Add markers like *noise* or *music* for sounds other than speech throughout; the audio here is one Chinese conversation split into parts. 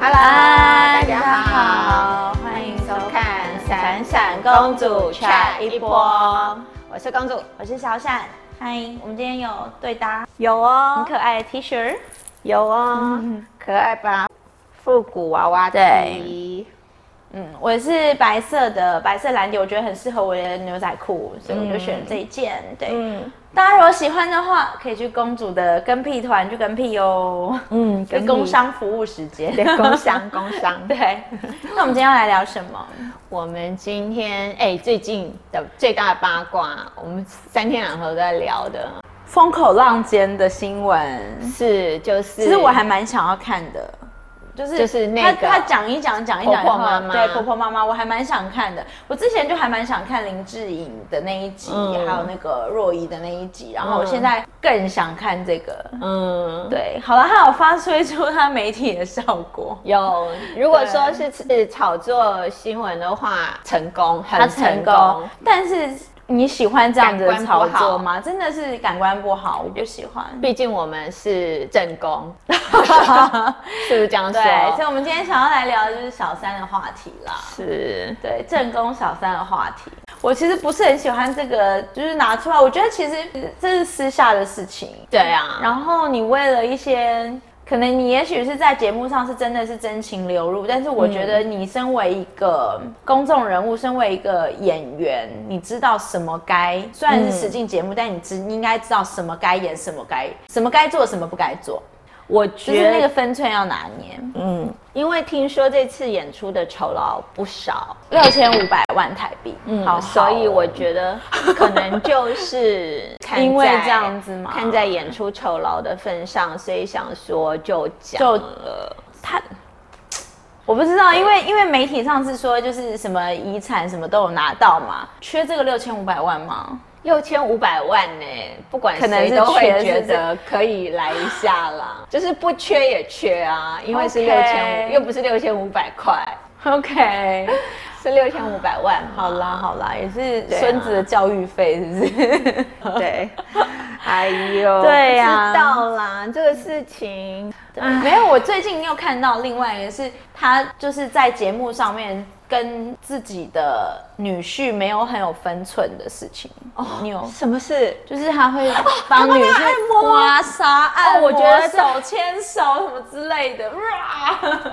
Hello，大家好，嗨大家好欢迎收看《闪闪公主下一波》，我是公主，我是小闪，嗨，我们今天有嗯对搭有很哦，可爱的 T 恤，有哦，可爱吧？复古娃娃对机，嗯，我是白色的，白色蓝底，我觉得很适合我的牛仔裤，所以我就选这一件。对，嗯大家如果喜欢的话，可以去公主的跟屁团去跟屁哦，嗯，跟跟工工商，商服务时间。 *laughs* 对，工商，工商。对，那我们今天要来聊什么？我们今天哎、最近的最大的八卦，我们三天两头都在聊的风口浪尖的新闻，是，就是其实我还蛮想要看的，就是就是那个他他讲一讲讲一讲以后，婆婆妈妈对婆婆妈妈，我还蛮想看的。我之前就还蛮想看林志颖的那一集，嗯还有那个若仪的那一集，然后我嗯现在更想看这个。嗯。对，好了，他有发挥出他媒体的效果，有，如果说是是炒作新闻的话，成功，他很成成功功。，但是。你喜欢这样子的感官操不好作吗？真的是感官不好，我不喜欢。毕竟我们是正宫，是不是这样 *laughs* 说？ *laughs* 对，所以我们今天想要来聊的就是小三的话题啦。是，对，正宫小三的话题，我其实不是很喜欢这个，就是拿出来，我觉得其实这是私下的事情。对啊。然后你为了一些，可能你也许是在节目上是真的是真情流露，但是我觉得你身为一个公众人物，身为一个演员，你知道什么该，虽然是实境节目，但你知你应该知道什么该演，什么该什么该做，什么不该做，我就是觉那得，个分寸要拿捏。嗯，因为听说这次演出的酬劳不少，六千五百万台币，嗯，好好哦，所以我觉得可能就是看 *laughs* 因为在这样子嘛看在演出酬劳的份上，所以想说就讲就呃了，他，我不知道，因为因为媒体上次说就是什么遗产什么都有拿到嘛，缺这个六千五百万吗？六千五百万呢、不管可能谁是都会缺觉是不是得可以来一下啦， *laughs* 就是不缺也缺啊，因为是六 OK 千五，又不是六千五百块， OK， *laughs* 是六千五百万嘛。好啦好啦，也是对啊孙子的教育费，是不是？ *laughs* 对，哎呦，对呀不知道啦，这个事情， *laughs* 唉没有，我最近又看到另外一个是，他就是在节目上面跟自己的女婿没有很有分寸的事情。哦，你有？什么事？就是哦他会帮女按婿摩刮痧、按哦摩、我觉得是手牵手什么之类的，哇 *laughs*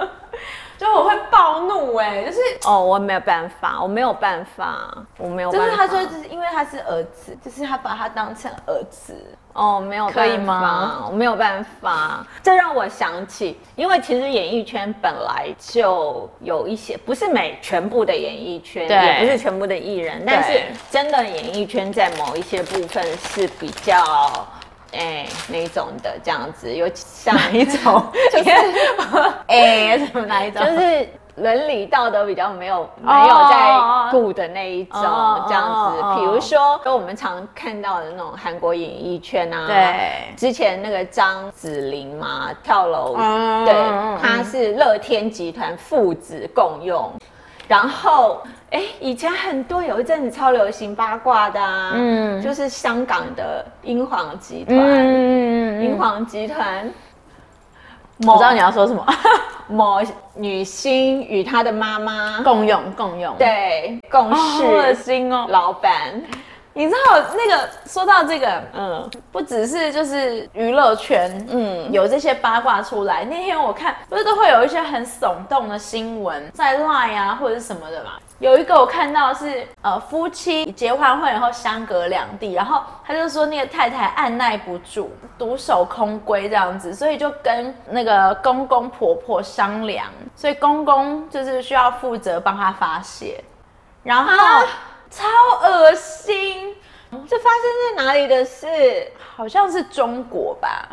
就我会暴怒哎、就是哦，我没有办法，我没有办法，我没有就办法。是他说，就是因为他是儿子，就是他把他当成儿 *laughs* 子，哦，没有可以办吗法？我没有办法。这让我想起，因为其实演艺圈本来就有一些，不是每全部的演艺圈，对也不是全部的艺人，但是对真的演艺圈在某一些部分是比较。哎、那一种的这样子，有 *laughs* 像一种， *laughs* 就是哎、什么哪一种？就是伦理道德比较没有没有在顾的那一种哦这样哦哦子，比如说跟我们常看到的那种韩国演艺圈啊，对之前那个张子琳嘛跳楼，嗯对嗯嗯，她是乐天集团父子共用，然后哎，以前很多有一阵子超流行八卦的啊，嗯嗯，就是香港的英皇集团，英嗯，皇集团。我知道你要说什么，某女星与她的妈妈 *laughs* 共用共用，，对共好恶事心哦。老板，你知道那个说到这个，嗯不只是就是娱乐圈，嗯，有这些八卦出来。那天我看，不是都会有一些很耸动的新闻在 Line 啊或者是什么的嘛。有一个我看到是，呃，夫妻结完婚以后相隔两地，然后他就说那个太太按耐不住，独守空闺这样子，所以就跟那个公公婆婆商量，所以公公就是需要负责帮他发泄，然后、啊超恶心，这发生在哪里的事？好像是中国吧，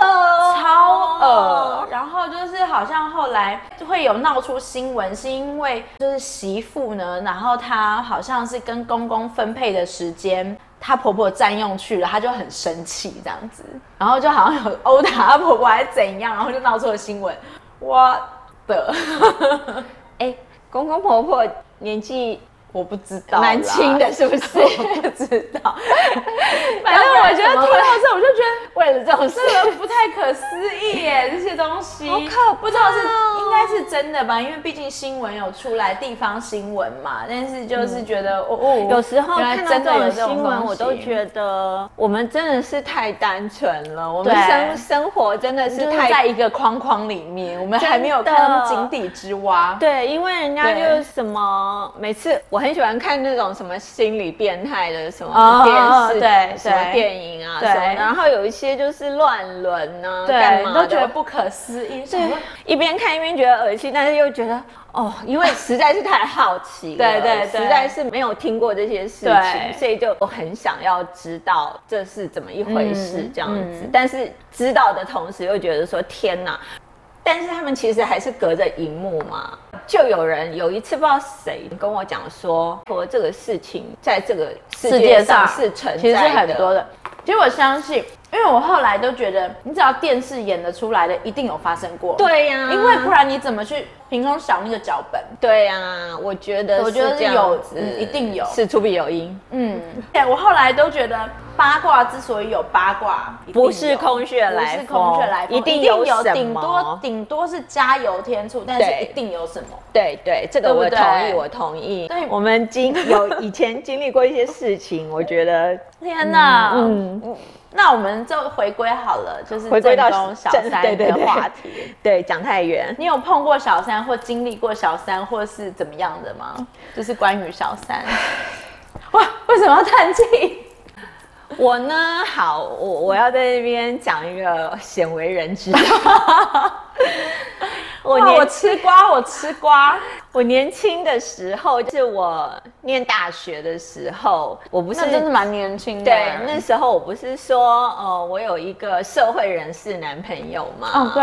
呃，超恶。然后就是好像后来就会有闹出新闻，是因为就是媳妇呢，然后她好像是跟公公分配的时间。她婆婆占用去了，她就很生气这样子，然后就好像有殴打她婆婆还是怎样，然后就闹出了新闻。我的，哎，公公婆婆年纪我不知道啦，蛮轻的，是不 *laughs* 是？我不知道。 *laughs* 反正我觉得听到这，我就觉得为了这种事，这个不太可思议耶，这些东西好可怕哦不知道是应该是真的吧？因为毕竟新闻有出来，地方新闻嘛。但是就是觉得，哦哦，嗯有时候原来看到真的有这种这种新闻，我都得觉得我们真的是太单纯了，我们对生生活真的是就是太在一个框框里面，我们还没有真看的到井底之蛙。对，因为人家对就是什么，每次我很喜欢看那种什么心理变态的什哦么电哦视、对什么对电影啊对什么的，然后有一些就是乱伦啊，干对，嘛你的都觉得不可思议。想对说，一边看一边觉得恶心，但是又觉得哦，因为实在是太好奇了， *laughs* 对对对实在是没有听过这些事对情，所以就我很想要知道这是怎么一回事嗯这样子。嗯但是知道的同时又觉得说天哪！但是他们其实还是隔着荧幕嘛，就有人有一次不知道谁跟我讲说，说这个事情在这个世世界界上上是存在的，其实是很多的。其实我相信，因为我后来都觉得，你只要电视演得出来的，一定有发生过。、对啊呀、因为不然你怎么去凭空想那个脚本？对呀、我觉得我觉得这样有子嗯一定有事出必有因，嗯，对我后来都觉得八卦之所以有八卦，一定有不是空穴来不是空穴风来风，一定有什么顶多顶多是加油添醋，但是对一定有什么。对对，这个对不我同对意，我同意。对我们经有以前经历过一些事情，我觉 *laughs* 得天哪，嗯，嗯，那我们就回归好了，就是回归到正宫小正对三对的对话题。对，讲太远。你有碰过小三或经历过小三或是怎么样的吗？就是关于小三。哇，为什么要叹气？我呢，好，我我要在这边讲一个鲜为人知的。 *laughs* 我哇我年吃瓜，我吃 *laughs* 瓜。我年轻的时候，就是我念大学的时候，我不是那真的蛮年轻的。对，那时候我不是说，呃，我有一个社会人士男朋友嘛。哦，。对，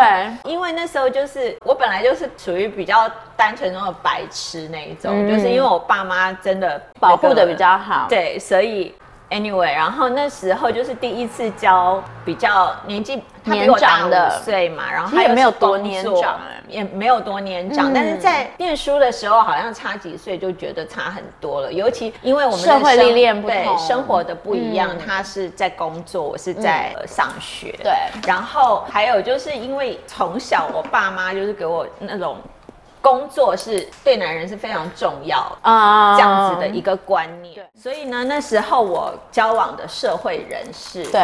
因为那时候就是我本来就是属于比较单纯中的白痴那一种，嗯就是因为我爸妈真的保护那的个比较好。，对，所以 anyway，然后那时候就是第一次交比较年纪他比我年大长的五岁嘛，然后其实他也没有又是工多年作长哎也没有多年长，嗯但是在念书的时候好像差几岁就觉得差很多了，尤其因为我们的社会生历练不对同生活的不一样，嗯他是在工作，我是在、呃上学，对然后还有就是因为从小我爸妈就是给我那种。工作是对男人是非常重要的啊这样子的一个观念。对所以呢，那时候我交往的社会人士，对，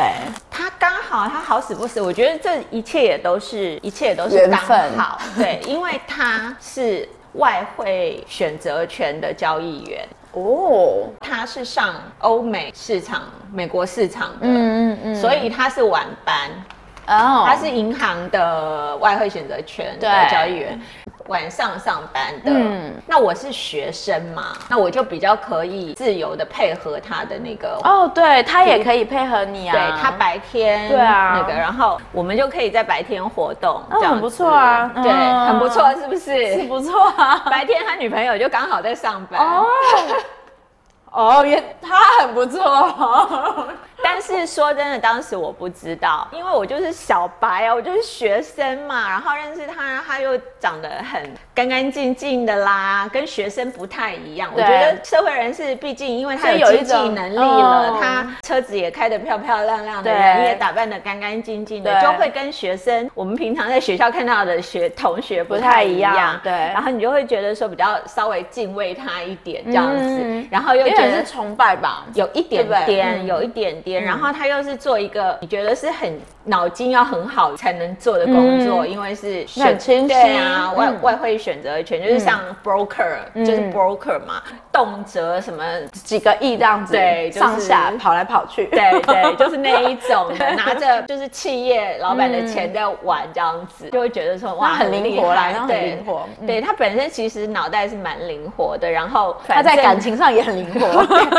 他刚好，他好死不死，我觉得这一切也都是一切也都是缘刚分好，对，因为他是外汇选择权的交易员。哦，他是上欧美市场、美国市场的，嗯嗯嗯，所以他是晚班，哦，他是银行的外汇选择权的对交易员，晚上上班的。嗯那我是学生嘛，那我就比较可以自由的配合他的那个。哦，对他也可以配合你啊，对他白天对啊那个，然后我们就可以在白天活动，那这样很不子错啊对，嗯很不错，是不是？是不错啊。白天他女朋友就刚好在上班， *laughs* 哦哦，也他很不错哦，但是说真的，当时我不知道，因为我就是小白啊，我就是学生嘛，然后认识他，他又长得很干干净净的啦，跟学生不太一样。我对觉得社会人士毕竟因为他所以有有一经济种能力了，哦他车子也开得漂漂亮亮的，对人也打扮得干干净净的，对就会跟学生我们平常在学校看到的学同学不太一不太一样样。对然后你就会觉得说比较稍微敬畏他一点这样子，嗯然后又有觉得点是崇拜吧。有一点对不对点，嗯有一点点，然后他又是做一个你觉得是很脑筋要很好才能做的工作，嗯因为是选那很清晰对啊，外、嗯外汇选择权就是像 broker，、嗯就是 broker 嘛，动辄什么。 *laughs* 几个亿这样子，对就是上下跑来跑去，对对，就是那一种的，拿着就是企业老板的钱在玩这样子，就会觉得说哇嗯很灵活啦很厉害然后很对灵活嗯对他本身其实脑袋是蛮灵活的，然后 *laughs* 他在反正感情上也很灵活。 *laughs* *laughs*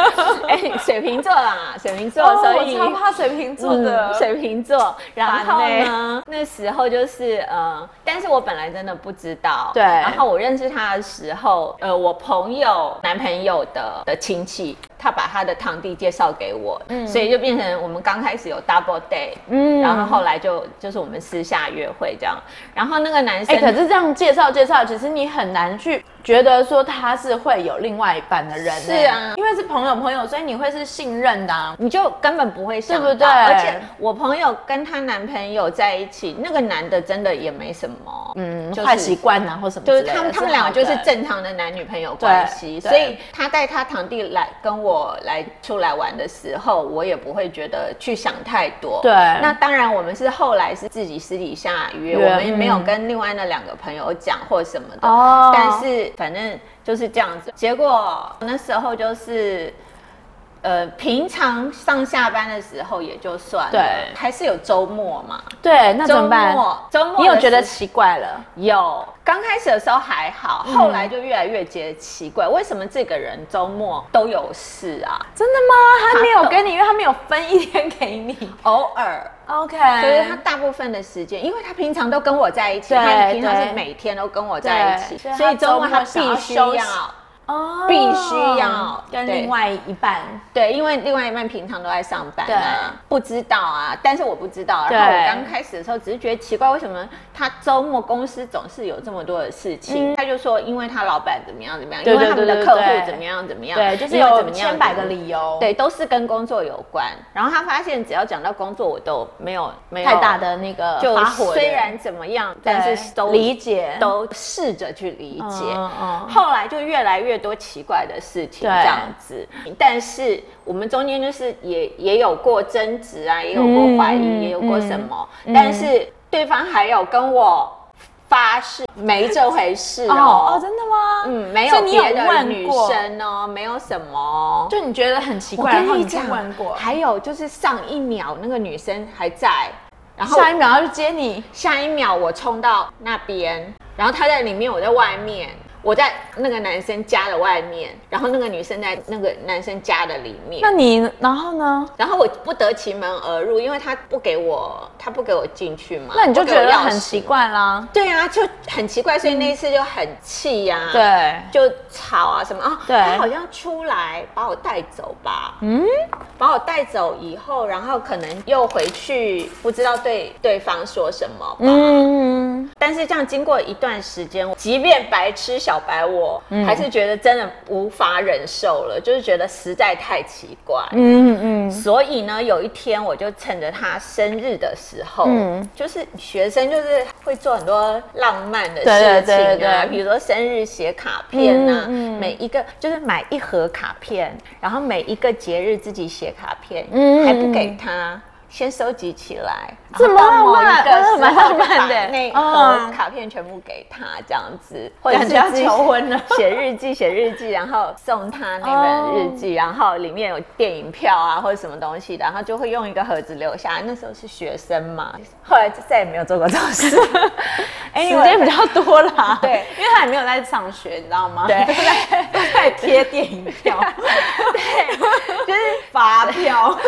哎水瓶座啦，水瓶座，哦所我以超怕水瓶座嗯 *laughs* 的，水瓶座。然烦后欸呢，那时候就是呃，但是我本来真的不知道。对然后我认识他的时候，呃，我朋友男朋友的的亲戚，他把他的堂弟介绍给我，所以就变成我们刚开始有 double day，嗯然后后来就就是我们私下约会这样。然后那个男生哎哎、可是这样介绍介绍，其实你很难去觉得说他是会有另外一半的人、欸是啊因为是朋友朋友，所以你会是信任的、啊。你就根本不会想到，对不对而且我朋友跟她男朋友在一起，那个男的真的也没什么，嗯，就是坏习惯啊，或什么就之类是的。他们他们两个就是好的正常的男女朋友关系，对所对以他带他堂弟来跟我来出来玩的时候，我也不会觉得去想太多。对那当然我们是后来是自己私底下约，嗯约我们也没有嗯跟另外那两个朋友讲或什么的。哦但是反正就是这样子。结果那时候就是。呃，平常上下班的时候也就算了，对还是有周末嘛。对，那怎么办？周末，周末你有的觉得时奇怪了？有，刚开始的时候还好，后来就越来越觉得奇怪，为什么这个人周末都有事啊？真的吗？他没有他跟你，因为他没有分一天给 *laughs* 你。偶尔，哦 OK，就是他大部分的时间，因为他平常都跟我在一起，对他平常是对每天都跟我在一起，对所以周末他所以他必须周末想要休息要。哦必须要跟对另外一半。对，因为另外一半平常都在上班啊，不知道啊，但是我不知道。然后对我刚开始的时候，只是觉得奇怪，为什么他周末公司总是有这么多的事情？他就说，因为他老板怎么样怎么样，对因为对他们对的对客户对怎么样怎么样，对，就是因为有怎么样千百怎个么样理由。，对，都是跟工作有关。然后他发现，只要讲到工作，我都没有没有太大，的那个就发火的。虽然怎么样，但是都理解都试着去理解。嗯嗯后来就越来越多奇怪的事情对这样子，但是我们中间就是也也有过争执啊，也有过怀疑，嗯嗯嗯也有过什么，但是对方还有跟我发誓没这回事哦哦哦，。真的吗？嗯，没所有以你有别的问女过生哦，没有什么哦。就你觉得很奇我怪，然后跟你你就讲，问过，还有就是上一秒那个女生还在，然后下一秒他就接你。下一秒我冲到那边，然后她在里面，我在外面，我在那个男生家的外面，然后那个女生在那个男生家的里面那。你然后呢？然后我不得其门而入，因为她不给我，她不给我进去嘛。那你就不觉给我得钥匙很奇。怪啦。对啊，就很奇怪，所以那一次就很气呀、，对，啊就吵啊什么啊。对她好像出来把我带走吧。嗯，把我带走以后，然后可能又回去，不知道对对方说什么吧。嗯，但是这样经过一段时间，即便白痴小白我，还嗯是觉得真的无法忍受了，就是觉得实在太奇怪。嗯嗯，所以呢，有一天我就趁着他生日的时候，嗯就是学生就是会做很多浪漫的事情啊，对对对对对比如说生日写卡片啊，嗯嗯每一个就是买一盒卡片，然后每一个节日自己写卡片，嗯嗯还不给他。先收集起来，这么然后到某浪漫一个时候嗯蛮浪漫的就把那盒嗯卡片全部给他，这样子，或者感是觉要自己求婚了。写日记，写日记，然后送他那本日记然后里面有电影票啊或者什么东西的，然后就会用一个盒子留下来。那时候是学生嘛，后来就再也没有做过这种事。时 Anyway，间比较多啦，对因为他也没有在上学，你知道吗？ *laughs* 对都在都在贴电影票， *laughs* 对，就是发票，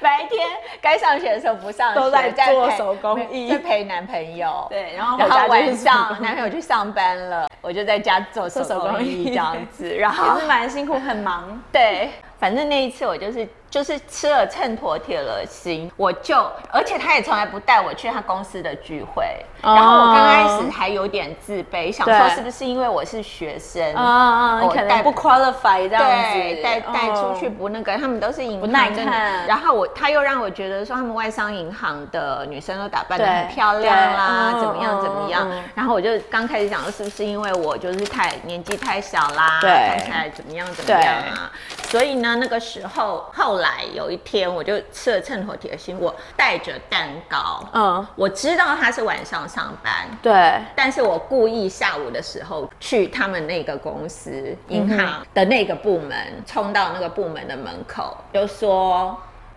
白天该上学的时候不上学，都在做陪手工艺在陪男朋友。。 *laughs* 对，然后然后回家就晚是上男朋友去上班了，我就在家做手做手工工艺艺这样子，然后也是蛮辛苦，很忙。 *laughs* 对，反正那一次我就是就是吃了秤砣铁了心，我就而且他也从来不带我去他公司的聚会，然后我刚开始还有点自卑，想说对是不是因为我是学生。啊、我可带能不 qualify 这样对，子，带带出去哦不那个，他们都是银行不耐的女看然后我他又让我觉得说，他们外商银行的女生都打扮的很对漂亮啦，对怎么样嗯怎么样。嗯嗯然后我就刚开始想说，是不是因为我就是太年纪太小啦，对看起来怎么样怎么样啊？所以呢，那个时候后来有一天，我就吃了秤砣铁心，我带着蛋糕，嗯，我知道他是晚上上班，对，但是我故意下午的时候去他们那个公司银行的那个部门，冲到那个部门的门口，就说。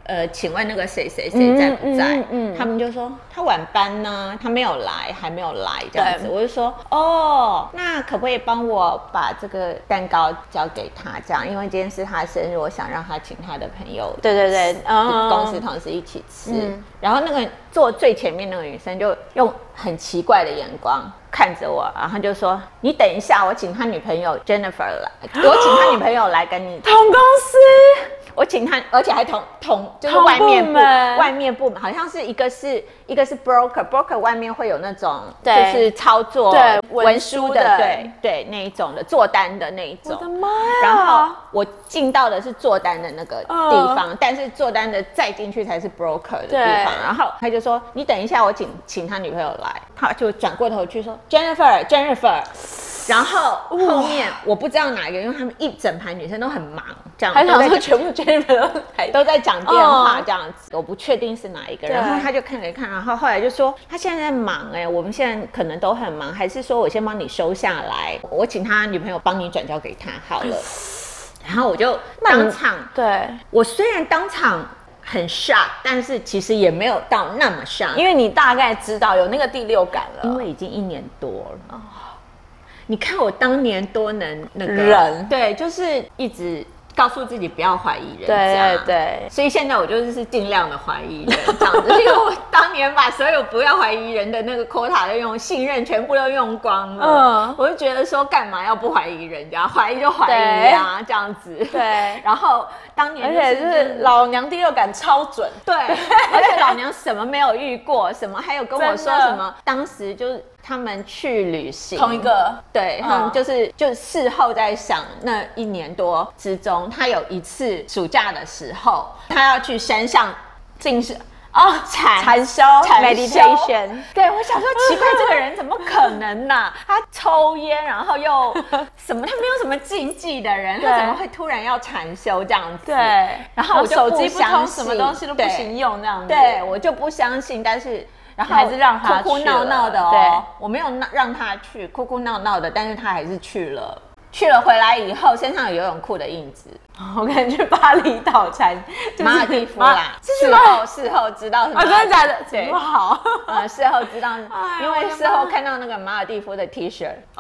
呃，请问那个谁谁谁在不在？嗯嗯嗯他们就说他晚班呢，他没有来，还没有来这样子。对我就说哦，那可不可以帮我把这个蛋糕交给他？这样，因为今天是他生日，我想让他请他的朋友对对对，嗯，公司同事一起吃。嗯然后那个坐最前面那个女生就用很奇怪的眼光看着我，然后就说：“你等一下，我请他女朋友 *gasps* Jennifer 来，我请他女朋友来跟你，同公司，我请他，而且还同同就是同外面部部门外面部门，好像是一个是一个是 broker broker 外面会有那种就对是操作对文文书书的的对对那一种的做单的那一我种的。妈呀！然后我进到的是做单的那个嗯地方，但是做单的再进去才是 broker 的地方对。然后他就说：“你等一下，我请请他女朋友来。”他就转过头去说：“Jennifer，Jennifer。”然后后面我不知道哪一个，因为他们一整排女生都很忙，这样还都想在说全部 Jennifer 都台都在讲电话哦这样子，我不确定是哪一个。对然后他就看了一看，然后后来就说他现在在忙哎、我们现在可能都很忙，还是说我先帮你收下来，我请他女朋友帮你转交给他好嗯了。然后我就当场，对，我虽然当场很 shock，但是其实也没有到那么 shock，因因为为你大概知道有那个第六感因了。为已经一年多了。你看我当年多能那个忍对，就是一直告诉自己不要怀疑人家，对对对，所以现在我就是尽量的怀疑人这样子，因为我当年把所有不要怀疑人的那个 quota 都用信任全部都用光了，嗯我就觉得说干嘛要不怀疑人家，怀疑就怀疑啊这样子。对然后当年而就且是就是老娘第六感超准。对，而且老娘什么没有遇过，什么还有跟我说真的什么，当时就是他们去旅行，同一个对，他嗯们就是、就事后在想那一年多之中，他有一次暑假的时候，他要去山上进是哦禅禅修禅 meditation 对我想说奇怪，这个人怎么可能呢、 *laughs* 他抽烟，然后又什么，他没有什么禁忌的人，他对怎么会突然要禅修这样子？ *laughs* 对，然后我就手机不不相通，信什么东西都不对行用那样子。对我就不相信，但是然后还是让他哭哭去闹了闹的对哦，我没有闹让他去哭哭闹闹的，但是他还是去了。去了回来以后，身上有游泳裤的印子，我可能去巴厘岛 *laughs* 才就是马尔蒂夫啦。是去事马尔后事后知道是马啊，尔真的假的？对不好，呃，事后知道哎，因我的为妈事后看到那个马尔蒂夫的 T 恤， *laughs*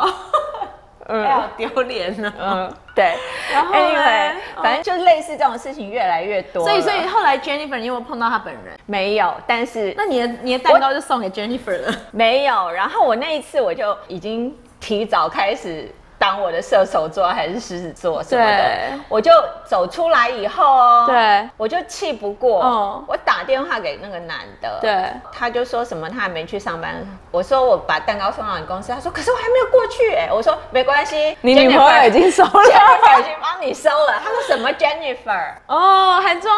哎好丢脸呢。嗯，对。然后 Anyway，嘞反正就类似这种事情越来越多了。所以，所以后来 Jennifer，你有没有碰到她本人？没有，但是那你的你的蛋糕就送给 Jennifer 了。没有，然后我那一次我就已经提早开始当我的射手座还是狮子座什么对的，我就走出来以后哦，对我就气不过，嗯我打电话给那个男的，对，他就说什么他还没去上班，我说我把蛋糕送到你公司，他说可是我还没有过去哎、我说没关系， *laughs* 你女朋友已经收了 Jennifer 已经帮你收了，他说什么 Jennifer。 *laughs* 哦，还装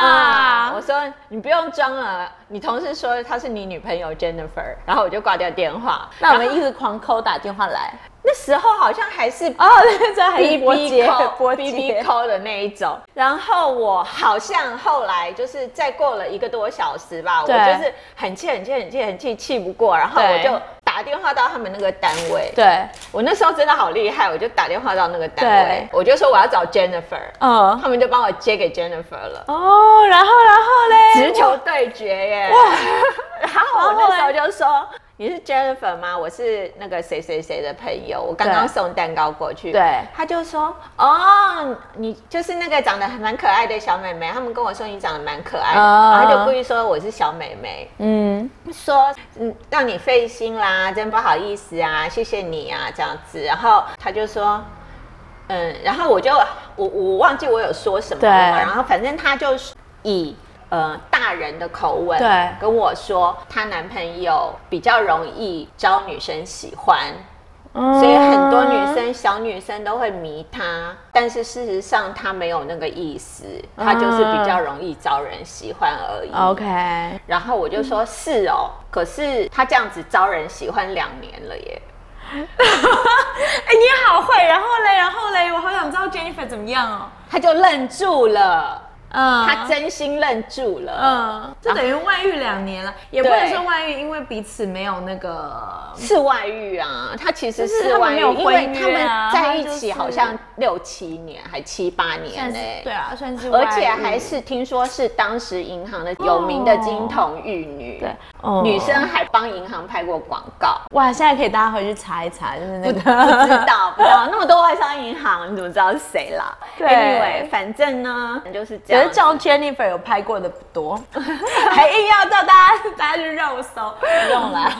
啊！傻我。说你不用装了，你同事说她是你女朋友 Jennifer，然后我就挂掉电话。那我然们后一直狂抠打电话来。那时候好像还是哦， *laughs* 对，这还 B 是 B *laughs* 波扣 B 姐， B 扣的那一种。然后我好像后来就是再过了一个多小时吧，我对就是很气很气很气很气气不过，然后对我就打电话到他们那个单位。对，我那时候真的好厉害，我就打电话到那个单位对，我就说我要找 Jennifer，嗯，他们就帮我接给 Jennifer 了。哦，然后然后嘞，直球对决耶！ *laughs* 然后我那时候就说。你是 Jennifer 吗？我是那个谁谁谁的朋友，我刚刚对送蛋糕过去。对他就说：“哦，你就是那个长得还蛮可爱的小妹妹。”他们跟我说你长得蛮可爱的，啊然后他就故意说我是小妹妹，嗯，说嗯让你费心啦，真不好意思啊，谢谢你啊这样子。然后他就说，嗯，然后我就我我忘记我有说什么了嘛，对然后反正他就是以呃大人的口吻对跟我说，她男朋友比较容易招女生喜欢，嗯所所以很多女生、小女生都会迷他，但是事实上他没有那个意思，他就是比较容易招人喜欢而已。哦，OK，然后我就嗯说：“是哦，可是他这样子招人喜欢两年了耶。哎、你好会，然后嘞，然后嘞，我好想知道 Jennifer 怎么样哦。”他就愣住了，嗯他真心愣住了。嗯，这等于外遇两年了，也不对能说外遇，因为彼此没有那个是外遇啊，他其实就是是他们外遇，没有因婚为他约啊们在他一就起是好像六七年，还七八年算呢、是对啊，算是而且还外遇是听说是当时银行的有名的金童玉女，对哦女生还帮银行拍过广告。 *laughs* 哇，现在可以大家回去查一查，就是那不个不知道，不知道那么多外商银行，你怎么知道是谁啦？对 anyway, 反正呢就是这可样是。叫 Jennifer 有拍 *laughs* 过的不多，还硬要叫大家大家去肉搜， *laughs* 不用啦。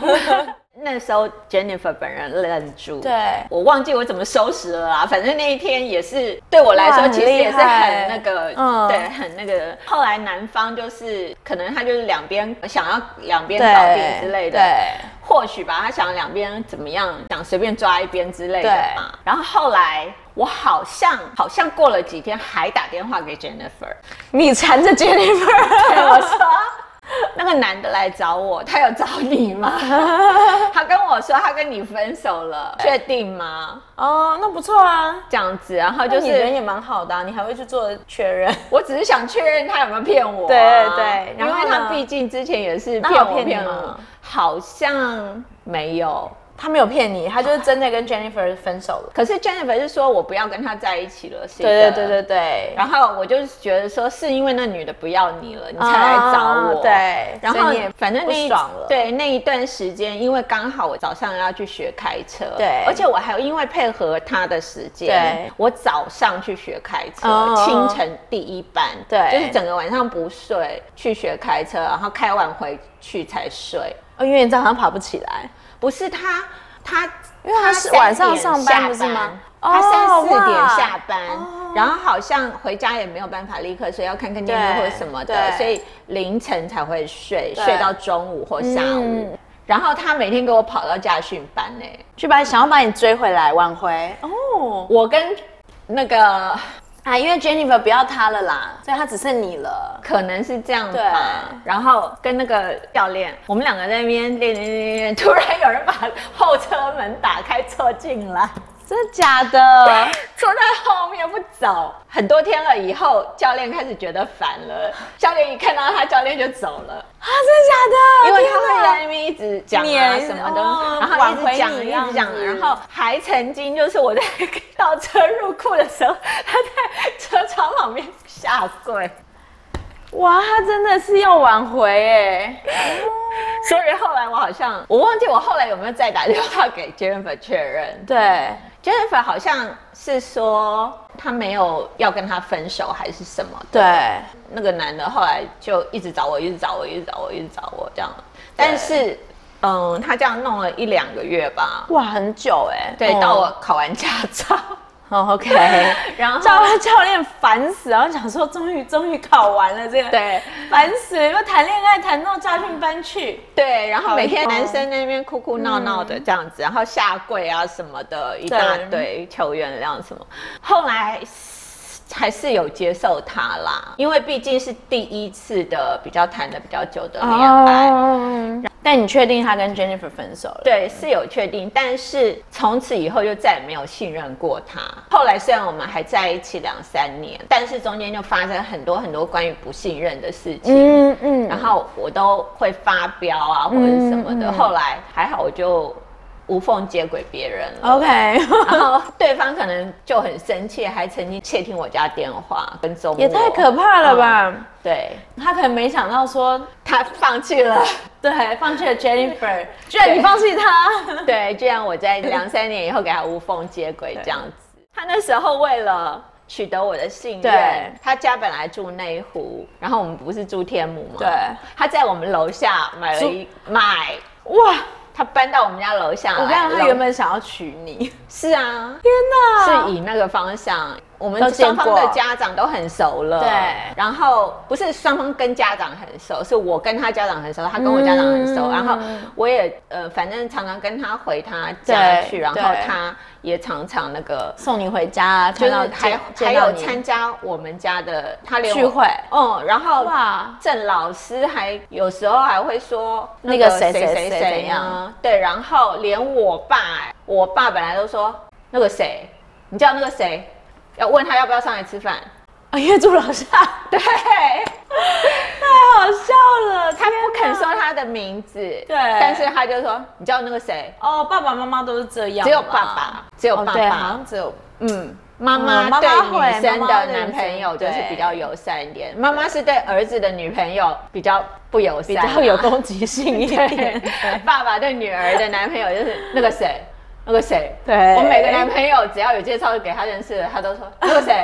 那时候 Jennifer 本人愣住，对我忘记我怎么收拾了啦。反正那一天也是对我来哇说，很其实也是厉很害那个，嗯对，很那个。后来男方就是可能他就是两边想要两边对搞定之类的，对，或许吧，他想两边怎么样，想随便抓一边之类的对嘛。然后后来我好像好像过了几天还打电话给 Jennifer， *laughs* 你缠着 Jennifer，对我说。那个男的来找我，他有找你 *laughs* 吗？他跟我说他跟你分手了，确定吗？ *laughs* 哦，那不错啊，这样子，然后就就你人是也蛮好的啊、你还会去做确认。我只是想确认他有没有骗我啊、对对然因后呢为他毕竟之前也是那骗有我骗你骗我吗，好像没有。他没有骗你，他就是真的跟 Jennifer 分手了。可是 Jennifer 是说我不要跟他在一起了，是对对的对对对，然后我就觉得说，是因为那女的不要你了，你才来找我。啊对然所后以你也反正那一不爽了对那一段时间，因为刚好我早上要去学开车，对而且我还有因为配合他的时间对，我早上去学开车，嗯清晨第一班，对就是整个晚上不睡去学开车，然后开完回去才睡。哦，因为你早上爬不起来，不是他，他因为他是晚上上班不是吗他哦三四点哇哦下班，然后好像回家也没有办法立刻睡，要看看电视对或什么的，对所以凌晨才会睡，对睡到中午或下午。嗯然后他每天给我跑到家训班欸呢、去把想要把你追回来挽回。哦，我跟那个啊，因为 Jennifer 不要他了啦，所以他只剩你了。可能是这样对吧，然后跟那个教练，我们两个在那边练练练练练，突然有人把后车门打开坐进来。 *laughs* 真的假的？坐在后面不走，很多天了以后，教练开始觉得烦了。教练一看到他，教练就走了，啊，真的假的？因为天他会哪在那边一直讲啊黏什么的，哦然后挽一回直讲你一直这样讲，子然后还曾经就是我在 *laughs* 倒车入库的时候，他在车窗旁边 *laughs* 下跪，哇，他真的是要挽回哎！所以后来我好像我忘记我后来有没有再打电话给 Jennifer 确认，对， Jennifer 好像是说她没有要跟他分手还是什么的。对，那个男的后来就一直找我，一直找我，一直找我，一直找我这样。但是，嗯，他这样弄了一两个月吧。哇，很久哎。对，嗯到我考完驾照，哦，OK。 *laughs* 然后教教练烦死，然后想说终于终于考完了这个，，对烦死了，又谈恋爱谈到家训班去，对，然后每天好痛男生在那边哭哭闹闹的这样子，然后下跪啊什么的，一对大堆求原谅什么。后来还是有接受他啦，因为毕竟是第一次的比较谈的比较久的恋爱。哦，但你确定他跟 Jennifer 分手了？对，是有确定，但是从此以后就再也没有信任过他。后来虽然我们还在一起两三年，但是中间就发生很多很多关于不信任的事情。嗯嗯然后我都会发飙啊，或者是什么的。嗯嗯后来还好，我就无缝接轨别人了。 ，OK， *laughs* 然后对方可能就很生气，还曾经窃听我家电话跟踪我。也太可怕了哦吧？对，他可能没想到说，他放弃了。 *laughs* 对，放弃了 Jennifer，居然你放弃他， *laughs* 对，居然我在两三年以后给他无缝接轨这样子。他那时候为了取得我的信对任，他家本来住内湖，然后我们不是住天母吗？对，他在我们楼下买了一买，哇！他搬到我们家楼下来。我跟你讲，他楼原本想要娶 *laughs* 你，是啊，天是以那个方向。我都们见双方的过家长都很熟了，对然后不是双方跟家长很熟，是我跟他家长很熟，他跟我家长很熟。嗯然后我也呃，反正常常跟他回他家对去，然后对他也常常那个，送你回家，就看是到还见还见到有你参加我们家的他连我聚会，哦、然后哇，郑老师还有时候还会说那个谁谁谁嗯怎样，嗯对，然后连我爸，我爸本来都说那个谁，你叫那个谁，要问他要不要上来吃饭， *laughs* 啊，因为住楼下，对太好笑了，他不肯天哪说他的名字，对但是他就说你叫那个谁，哦，爸爸妈妈都是这样只嘛，有爸爸，只有哦爸对好爸，像只有嗯。妈嗯妈妈妈对会女生妈妈的对男朋友女生就是对比较友善一点，妈妈是对儿子的女朋友比较不友比善啊，较有攻击性一点。爸爸对女儿的男朋友就是那个谁，那个谁。 *laughs* 对我每个男朋友 *laughs* 只要有介绍给他认识的，他都说那个谁。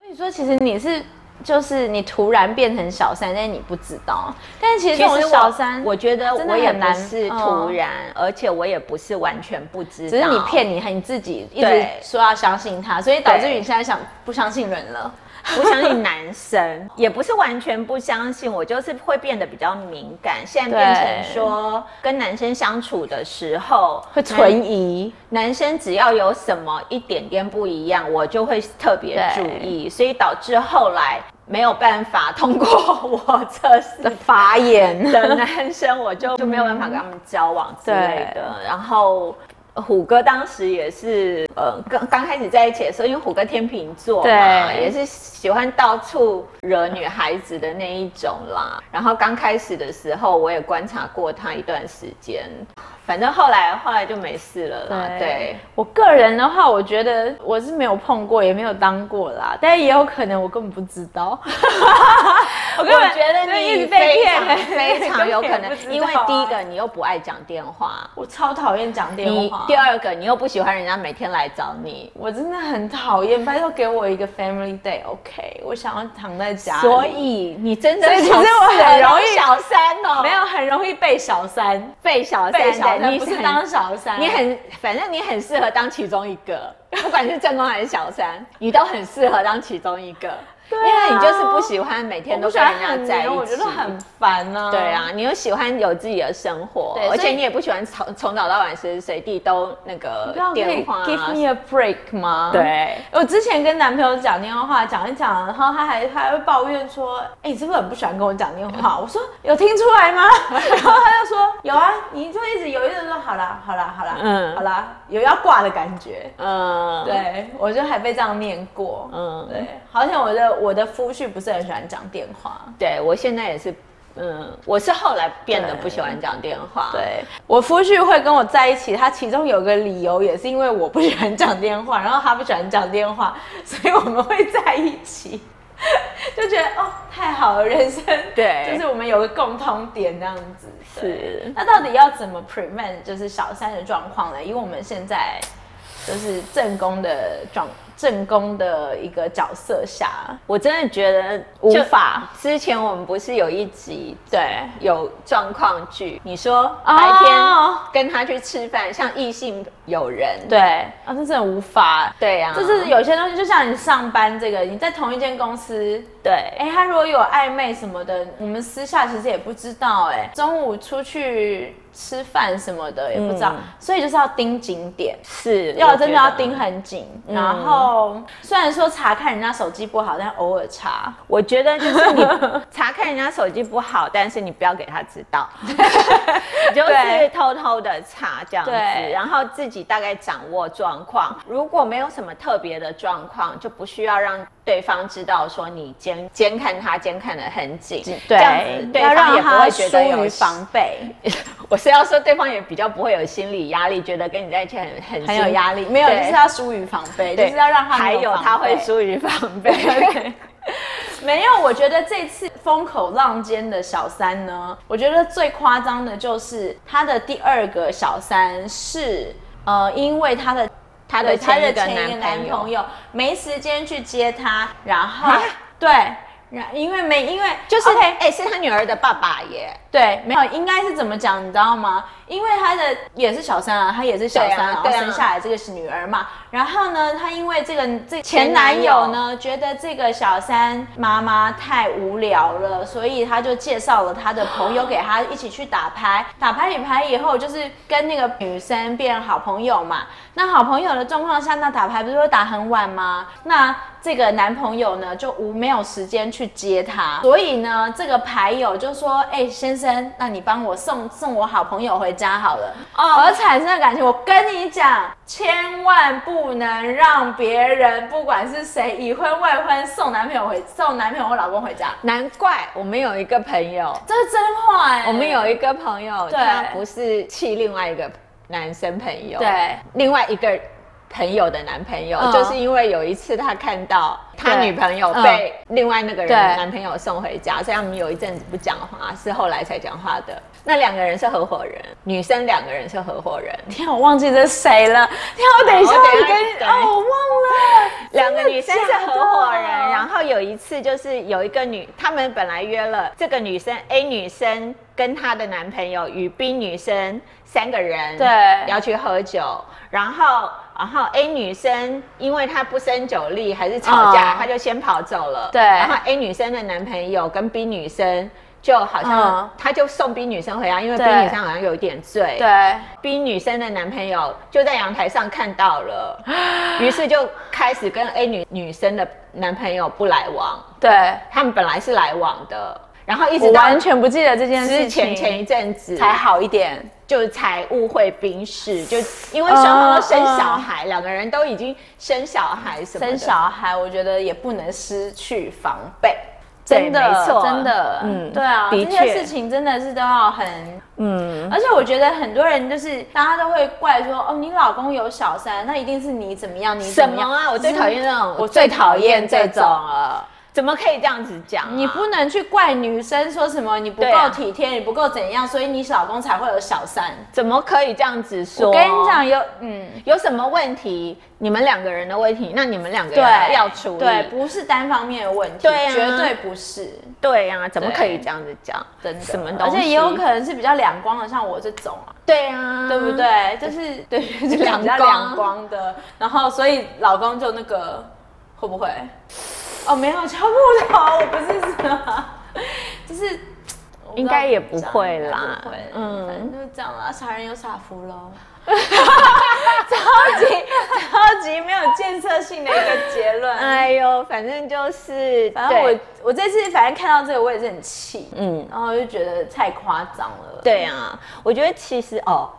所以说，其实你是就是你突然变成小三，但是你不知道。但其实这种我小三，我觉得真的我也很不难是嗯突然，而且我也不是完全不知道，只是你 *laughs* 骗你，你自己一直对说要相信他，所以导致对你现在想不相信人了。不相信男生，也不是完全不相信，我就是会变得比较敏感，现在变成对说跟男生相处的时候会存疑，男，男生只要有什么一点点不一样，我就会特别对注意，所以导致后来没有办法通过我测试的法眼，的男生，我就就没有办法跟他们交往之类的。然后虎哥当时也是，呃，刚刚开始在一起的时候，呃因为虎哥天秤座嘛，对也是喜欢到处惹女孩子的那一种啦。然后刚开始的时候，我也观察过他一段时间，反正后来后来就没事了啦。对。对 *laughs* 我个人的话，我觉得我是没有碰过，也没有当过啦，但也有可能我根本不知 *laughs* 道。我根本觉得就一你直被非骗常非 *laughs* 常有可根本也不知能，道啊因为第一个你又不爱讲电话，我超讨厌讲电你话第，二个你又不喜欢人家每天来找你，我真的很讨厌。拜托给我一个 family day，OK？、我想要躺在家里，所以你真的所以其实从我四很楼容易 *laughs* 小三哦，没有很容易被小三，被小被三小三的，你不是很当小三，你很，反正你很适合当其中一个， *laughs* 不管是正宫还是小三，你都很适合当其中一个，对因啊为你就是不喜欢每我天不都喜跟欢人家很在一黏起，我觉得很烦啊。对，啊，你又喜欢有自己的生活对，而所且以你也不喜欢从从早到晚随时随地都那个不要可电以话、 give 啊。 me a break 吗？。对，啊我之前跟男朋友讲电话，讲一讲，然后他还他还会抱怨说：“哎、你是不是很不喜欢跟我讲电话？”我说：“有听出来吗？” *laughs* 然后他就说：“有啊，你就一直有一直说好啦，好啦，好啦，嗯，嗯好啦，有要挂的感觉。嗯，对，我就还被这样念过。嗯嗯，对，好像我的我的夫婿不是很喜欢讲电话。对，我现在也是，嗯，我是后来变得不喜欢讲电话，，对我夫婿会跟我在一起，他其中有个理由也是因为我不喜欢讲电话，然后他不喜欢讲电话， *laughs* 所以我们会在一起， *laughs* 就觉得哦太好了，人生对就是我们有个共通点这样子。对是那到底要怎么 prevent 就是小三的状况呢？因为我们现在就是正宫的状正宫的一个角色下，我真的觉得无就法之前我们不是有一集对。有状况剧，你说白哦天跟他去吃饭，像异性友人，对啊，这真的无法，对呀、啊，就是有些东西，就像你上班这个，你在同一间公司，对，哎、他如果有暧昧什么的，我们私下其实也不知道、哎，中午出去吃饭什么的也不知道，嗯所以就是要盯紧点。是要真的要盯盯很紧，嗯然后虽然说查看人家手机不好，但偶尔查，我觉得就是 *laughs* 你查看人家手机不好，但是你不要给他知 *laughs* 道，你就是对偷偷的查这样子，对然后自己大概掌握状况。如果没有什么特别的状况，就不需要让对方知道说你监监看他，监看的很紧，这样子对要方让也不他会觉疏得有于防备， *laughs* 我是要说，对方也比较不会有心理压力，觉得跟你在一起很很很有辛压力，没有对就是要疏于防备，就对是要让他还没有防他会备疏于防 *laughs* 备。没有，我觉得这次风口浪尖的小三呢，我觉得最夸张的就是他的第二个小三是，呃，因为他的 *laughs* 他的他的前一个前一个男男朋友朋友没时间去接他，然后啊对，然因为没因为就是哎 OK，、是他女儿的爸爸耶。对，没有，应该是怎么讲，你知道吗？因为他的也是小三啊，他也是小三，对啊然后对啊生下来这个是女儿嘛。然后呢，他因为这个这前前男男友友呢，觉得这个小三妈妈太无聊了，所以他就介绍了他的朋友给他一起去打牌。打牌打牌以后，就是跟那个女生变好朋友嘛。那好朋友的状况下，那打牌不是会打很晚吗？那这个男朋友呢，就无没有时间去接她，所以呢，这个牌友就说：“哎、先生，那你帮我送送我好朋友回家好了。”哦而产生的感情，我跟你讲，千万不能让别人，不管是谁，已婚未婚，送男朋友回送男朋友或老公回家，难怪我们有一个朋友，这是真话哎、我们有一个朋友，对他不是气另外一个男生朋友，，对另外一个朋友的男朋友，嗯就是因为有一次他看到他对女朋友嗯被另外那个人对男朋友送回家，所以他们有一阵子不讲话，是后来才讲话的。那两个人是合伙人，女生两个人是合伙人，天啊，我忘记这是谁了。天啊，我等一下好我等一下我跟对哦，我忘了，两个女生是合伙人，真的假的然后后有一次就是有一个女，他们本来约了这个女生 A 女生跟她的男朋友与 B 女生三个人对要去喝酒，然后然后 A 女生因为她不胜酒力还是吵架，嗯她就先跑走了。对然后 A 女生的男朋友跟 B 女生就好像嗯他就送 B 女生回家，因为 B 对女生好像有点醉。对， B 女生的男朋友就在阳台上看到 *gasps* 了，于是就开始跟 A 女女生的男朋友不来往。对，他们本来是来往的，然后一直我到完全不记得这件之事前情，前一阵子才好一点。就才误会冰室，就因为双方都生小孩，两个人都已经生小孩什么的生小孩，我觉得也不能失去防备。对真的没，错真的，嗯嗯，对啊，的这确些事情真的是都要很，嗯，而且我觉得很多人就是大家都会怪说，哦，你老公有小三，那一定是你怎么样，你什怎么么样嗯啊？我最讨厌那种，我最讨厌这种了，怎么可以这样子讲啊、你不能去怪女生说什么你不对啊够体贴，你不够怎样，所以你老公才会有小三。怎么可以这样子说？我跟你讲，有嗯，有什么问题，你们两个人的问题，那你们两个对人，啊要处理。对，不是单方面的问题，对啊绝对不是。对啊，怎么对可以这样子讲？真的，什么东而西？且也有可能是比较两光的，像我这种啊，对啊，对不？对？就是 *laughs* 对，就是两比较光两光的，然后所以老公就那个会不会？哦，没有敲木头， *laughs* 我不是说， *laughs* 就是我不知道应该也不会怎么讲啦应该不会，嗯嗯，反正就是这样啦，傻人有傻福 *laughs* 喽。超级，超级没有建设性的一个结论。 *laughs* 哎呦，反正就是，反正我对我这次反正看到这个我也是很气，嗯嗯，然后就觉得太夸张了。对啊，我觉得其实哦。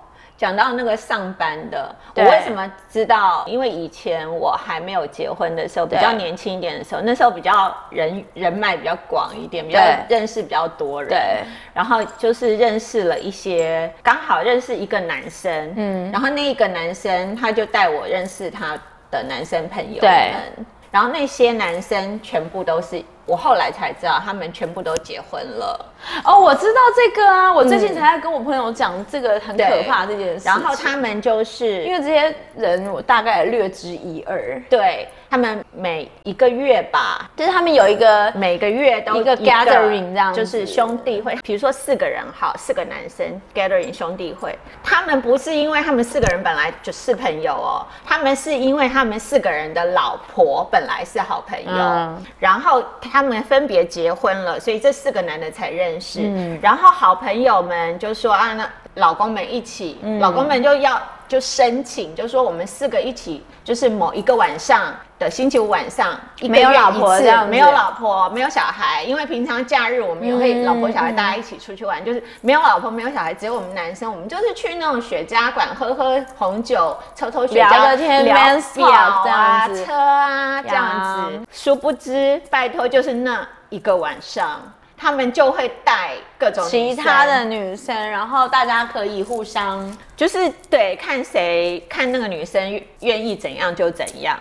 讲到那个上班的，我对为什么知道？因为以前我还没有结婚的时候，比较对年轻一点的时候，那时候比较人人脉比较广一点，比较对认识比较多人。对然后就是认识了一些，刚好认识一个男生，嗯，然后那一个男生他就带我认识他的男生朋友对们，然后那些男生全部都是我后来才知道，他们全部都结婚了，哦，我知道这个啊，我最近才在跟我朋友讲这个很可怕这件事情。然后他们就是因为这些人我大概略知一二，对他们每一个月吧，就是他们有一个每个月都一个 gathering 这样子就是兄弟会。比如说四个人好，四个男生 gathering 兄弟会，他们不是因为他们四个人本来就是朋友哦，他们是因为他们四个人的老婆本来是好朋友，嗯然后他们分别结婚了，所以这四个男的才认识。嗯然后好朋友们就说啊，那老公们一起，嗯老公们就要就申请，就说我们四个一起，就是某一个晚上的星期五晚上，一个没有月老一婆次这样子没有老婆，没有小孩，因为平常假日我们也嗯会老婆小孩大家一起出去玩，就是没有老婆没有小孩，只有我们男生，我们就是去那种雪茄馆喝喝红酒，抽抽雪茄，聊个天聊 man talk 表啊这样子车啊这样子呀。殊不知，拜托就是那一个晚上，他们就会带各种其女生他的女生，然后大家可以互相就是对看谁看那个女生愿意怎样就怎样。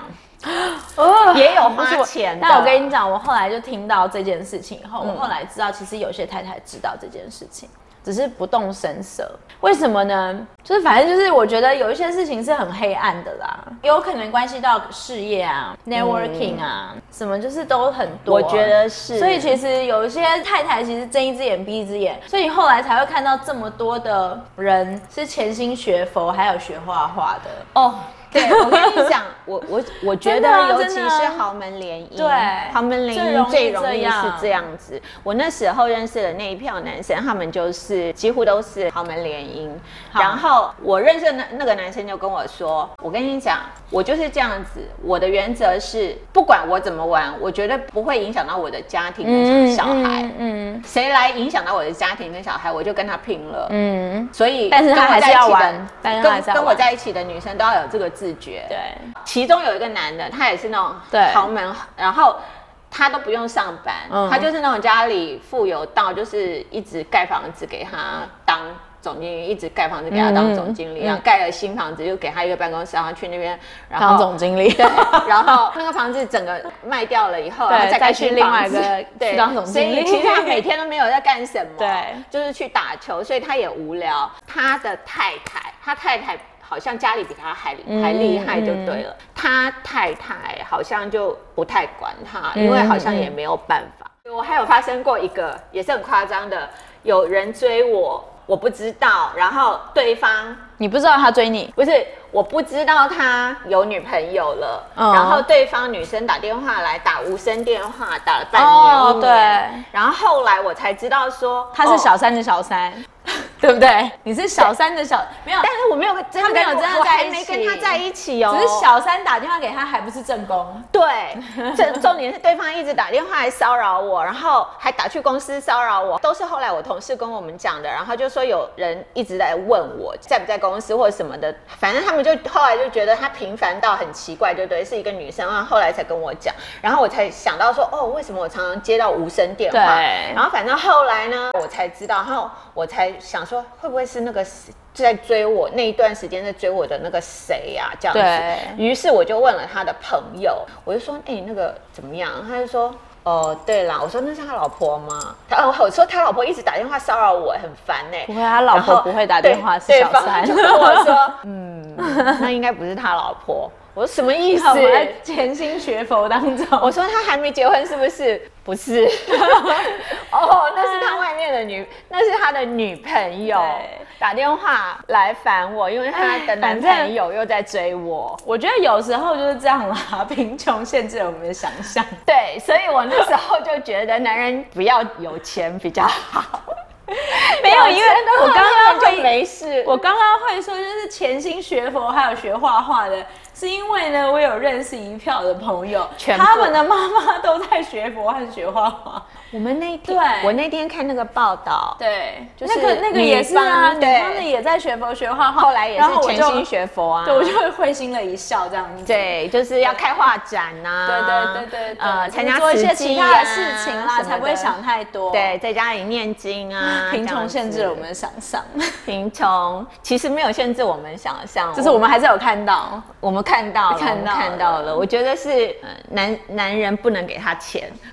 哦也有花钱的嗯但我跟你讲，我后来就听到这件事情以后，我后来知道，其实有些太太知道这件事情，只是不动声色。为什么呢？就是反正就是我觉得有一些事情是很黑暗的啦，也有可能关系到事业啊、networking 啊，什么就是都很多。嗯啊我觉得是，所以其实有一些太太其实睁一只眼闭一只眼，所以你后来才会看到这么多的人是潜心学佛，还有学画画的。哦。对， *laughs* 我跟你讲，我我我觉真的啊得，尤其真的啊是豪门联姻，对豪门联最容姻易最容这易是样这样子。我那时候认识的那一票男生，他们就是几乎都是豪门联姻。好然后我认识的那那个男生就跟我说：“我跟你讲，我就是这样子，我的原则是，不管我怎么玩，我绝对不会影响到我的家庭跟小孩。嗯嗯谁来影响到我的家庭跟小孩，我就跟他拼了。”嗯，所以，但是他还是要玩但是他还跟是要跟我玩在一起的女生都要有这个自觉。对。其中有一个男的，他也是那种对豪门，然后他都不用上班，嗯他就是那种家里富有到就是一直盖房子给他当总经理，一直盖房子给他当总经理，嗯嗯然后盖了新房子又给他一个办公室，然后去那边然当后总经理。对， *laughs* 然后那个房子整个卖掉了以后，对然后再再盖去新另房外一子个 *laughs* 对去当总经所以理其实他每天都没有在干什么，对，就是去打球，所以他也无聊。他的太太，他太太。好像家里比他还还厉害就对嗯了。他太太好像就不太管他，嗯因为好像也没有办法。我还有发生过一个也是很夸张的，有人追我，我不知道，然后对方你不知道他追你，不是，我不知道他有女朋友了。嗯然后对方女生打电话来，打无声电话，打了半年。哦一年对。然后后来我才知道说他是哦小三的小三， *laughs* 对不对？你是小三的小，没有，但是我没有跟真的他没有跟真的我还在一没起跟他在一起哦，只是小三打电话给他，还不是正宫。对，这重点是对方一直打电话来骚扰我，然后还打去公司骚扰我，都是后来我同事跟我们讲的。然后就说有人一直在问我在不在公司或者什么的，反正他们就后来就觉得他频繁到很奇怪，对不对？是一个女生，然后后来才跟我讲，然后我才想到说，哦，为什么我常常接到无声电话？对然后反正后来呢，我才知道，然后我才想说，会不会是那个在追我那一段时间在追我的那个谁呀、这样子。对于是我就问了他的朋友，我就说：“哎、那个怎么样？”他就说：“哦，对啦。”我说：“那是他老婆吗？”他哦，我说他老婆一直打电话骚扰我，很烦呢、不会，他老然婆后不会打电话，是对小三。对方就跟我 *laughs* 说：“嗯，那应该不是他老婆。”我说：“什么 *laughs* 意思我？”们在潜心学佛当我中，说他还没结婚是不是？不是， *laughs* 哦，那是他外面的女，那是他的女朋友对打电话来烦我，因为他的哎男反正朋友又在追我。我觉得有时候就是这样啦，贫穷限制了我们的想 *laughs* 象。对，所以我那时候就觉得男人不要有钱比较好。没有因为我我刚刚刚刚就会没事。我刚刚会说，就是潜心学佛还有学画画的，是因为呢，我有认识一票的朋友，全部他们的妈妈都在学佛和学画画。我们那天，对我那天看那个报道，对，就是那个那个也是女啊，方女对方的也在学佛学画画，后来也然后是我潜就心学佛啊。对，我就会会心了一笑这样子。嗯对，就是要开画展呐、对对对对对，呃，就是参加做一些慈济其他啊的事情什啦，么才不会的想太多。啊对，，在家里念经啊， *laughs* 贫这样穷子限制了我们的想 *laughs* 象，贫穷，其实没有限制我们想象，就是我们还是有看到。我们看到了，看我们到了看到了。我觉得是、呃男男人不能给他钱， *laughs*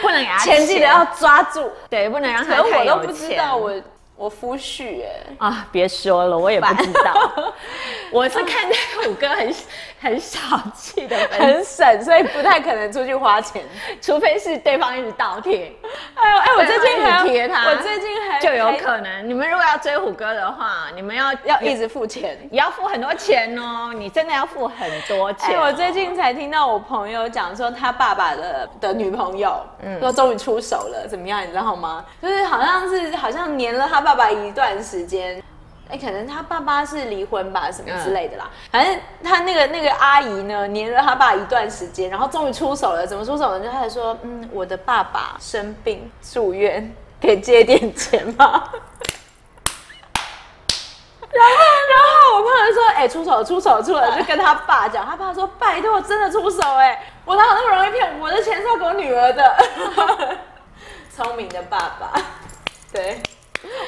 不能给他前记得要抓住，对，不能让可他是太我有都不知钱道我我夫婿哎，啊，别说了，我也不知道。 *laughs* 我是看那五哥很很小气的分析，很省，所以不太可能出去花钱。除非是对方一直倒贴， *laughs* 哎呦哎，我对最近他一还直贴他我最近还就有还可能。你们如果要追虎哥的话，你们要要一直付钱。也要付很多钱哦，你真的要付很多哎钱、，哦我最近才听到我朋友讲说，他爸爸的的女朋友，嗯，说终于出手了，怎么样，你知道吗？就是好像是好像黏了他爸爸一段时间，哎、可能他爸爸是离婚吧，什么之类的啦。反正他那个那个阿姨呢，黏了他爸一段时间，然后终于出手了。怎么出手呢？就开始说，嗯，我的爸爸生病住院，可以借点钱 *laughs* 吗？然后我朋友就说：“哎、出手，出手，出手！”就跟他爸讲，他爸说：“拜托，真的出手哎、我哪有那么容易骗？我的钱是要给我女儿的。” *laughs* 聪明的爸爸，对，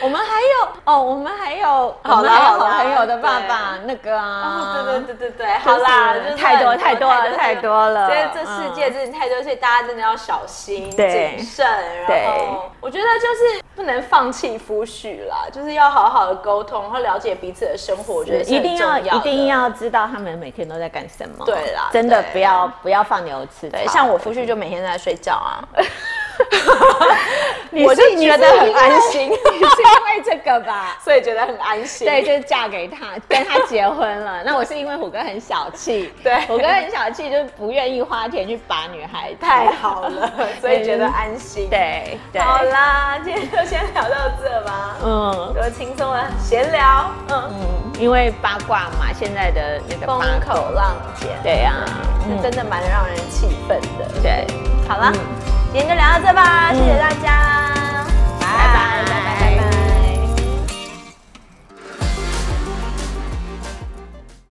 我们还有哦，我们还有好啦我们还有好啦朋友的爸爸那个啊，哦，对对对对对，好啦，就是就是太多很太多了太多了这这嗯世界真的太多，所以大家真的要小心对谨慎。对然后我觉得就是不能放弃夫婿啦，就是要好好的沟通，然后了解彼此的生活，我觉得是一定很重要一的定要知道他们每天都在干什么。对啦真的对不要不要放牛吃草。*laughs* 对，像我夫婿就每天都在睡觉啊。你我就是觉得因为很安 *laughs* 心你是因为这个吧？ *laughs* 所以觉得很安 *laughs* 心。对，就是嫁给他，跟他结婚了。那我是因为虎哥很小 *laughs* 气，对虎哥很小气，就是不愿意花钱去把女孩子。嗯太好 *laughs* 了，所以觉得安心。，对对，好啦，今天就先聊到这吧，嗯多轻松的闲聊，嗯，嗯，因为八卦嘛，现在的那个风八卦，口浪尖，对呀、嗯是真的蛮让人气愤的。嗯对。好啦，今天就聊到这吧，谢谢大家，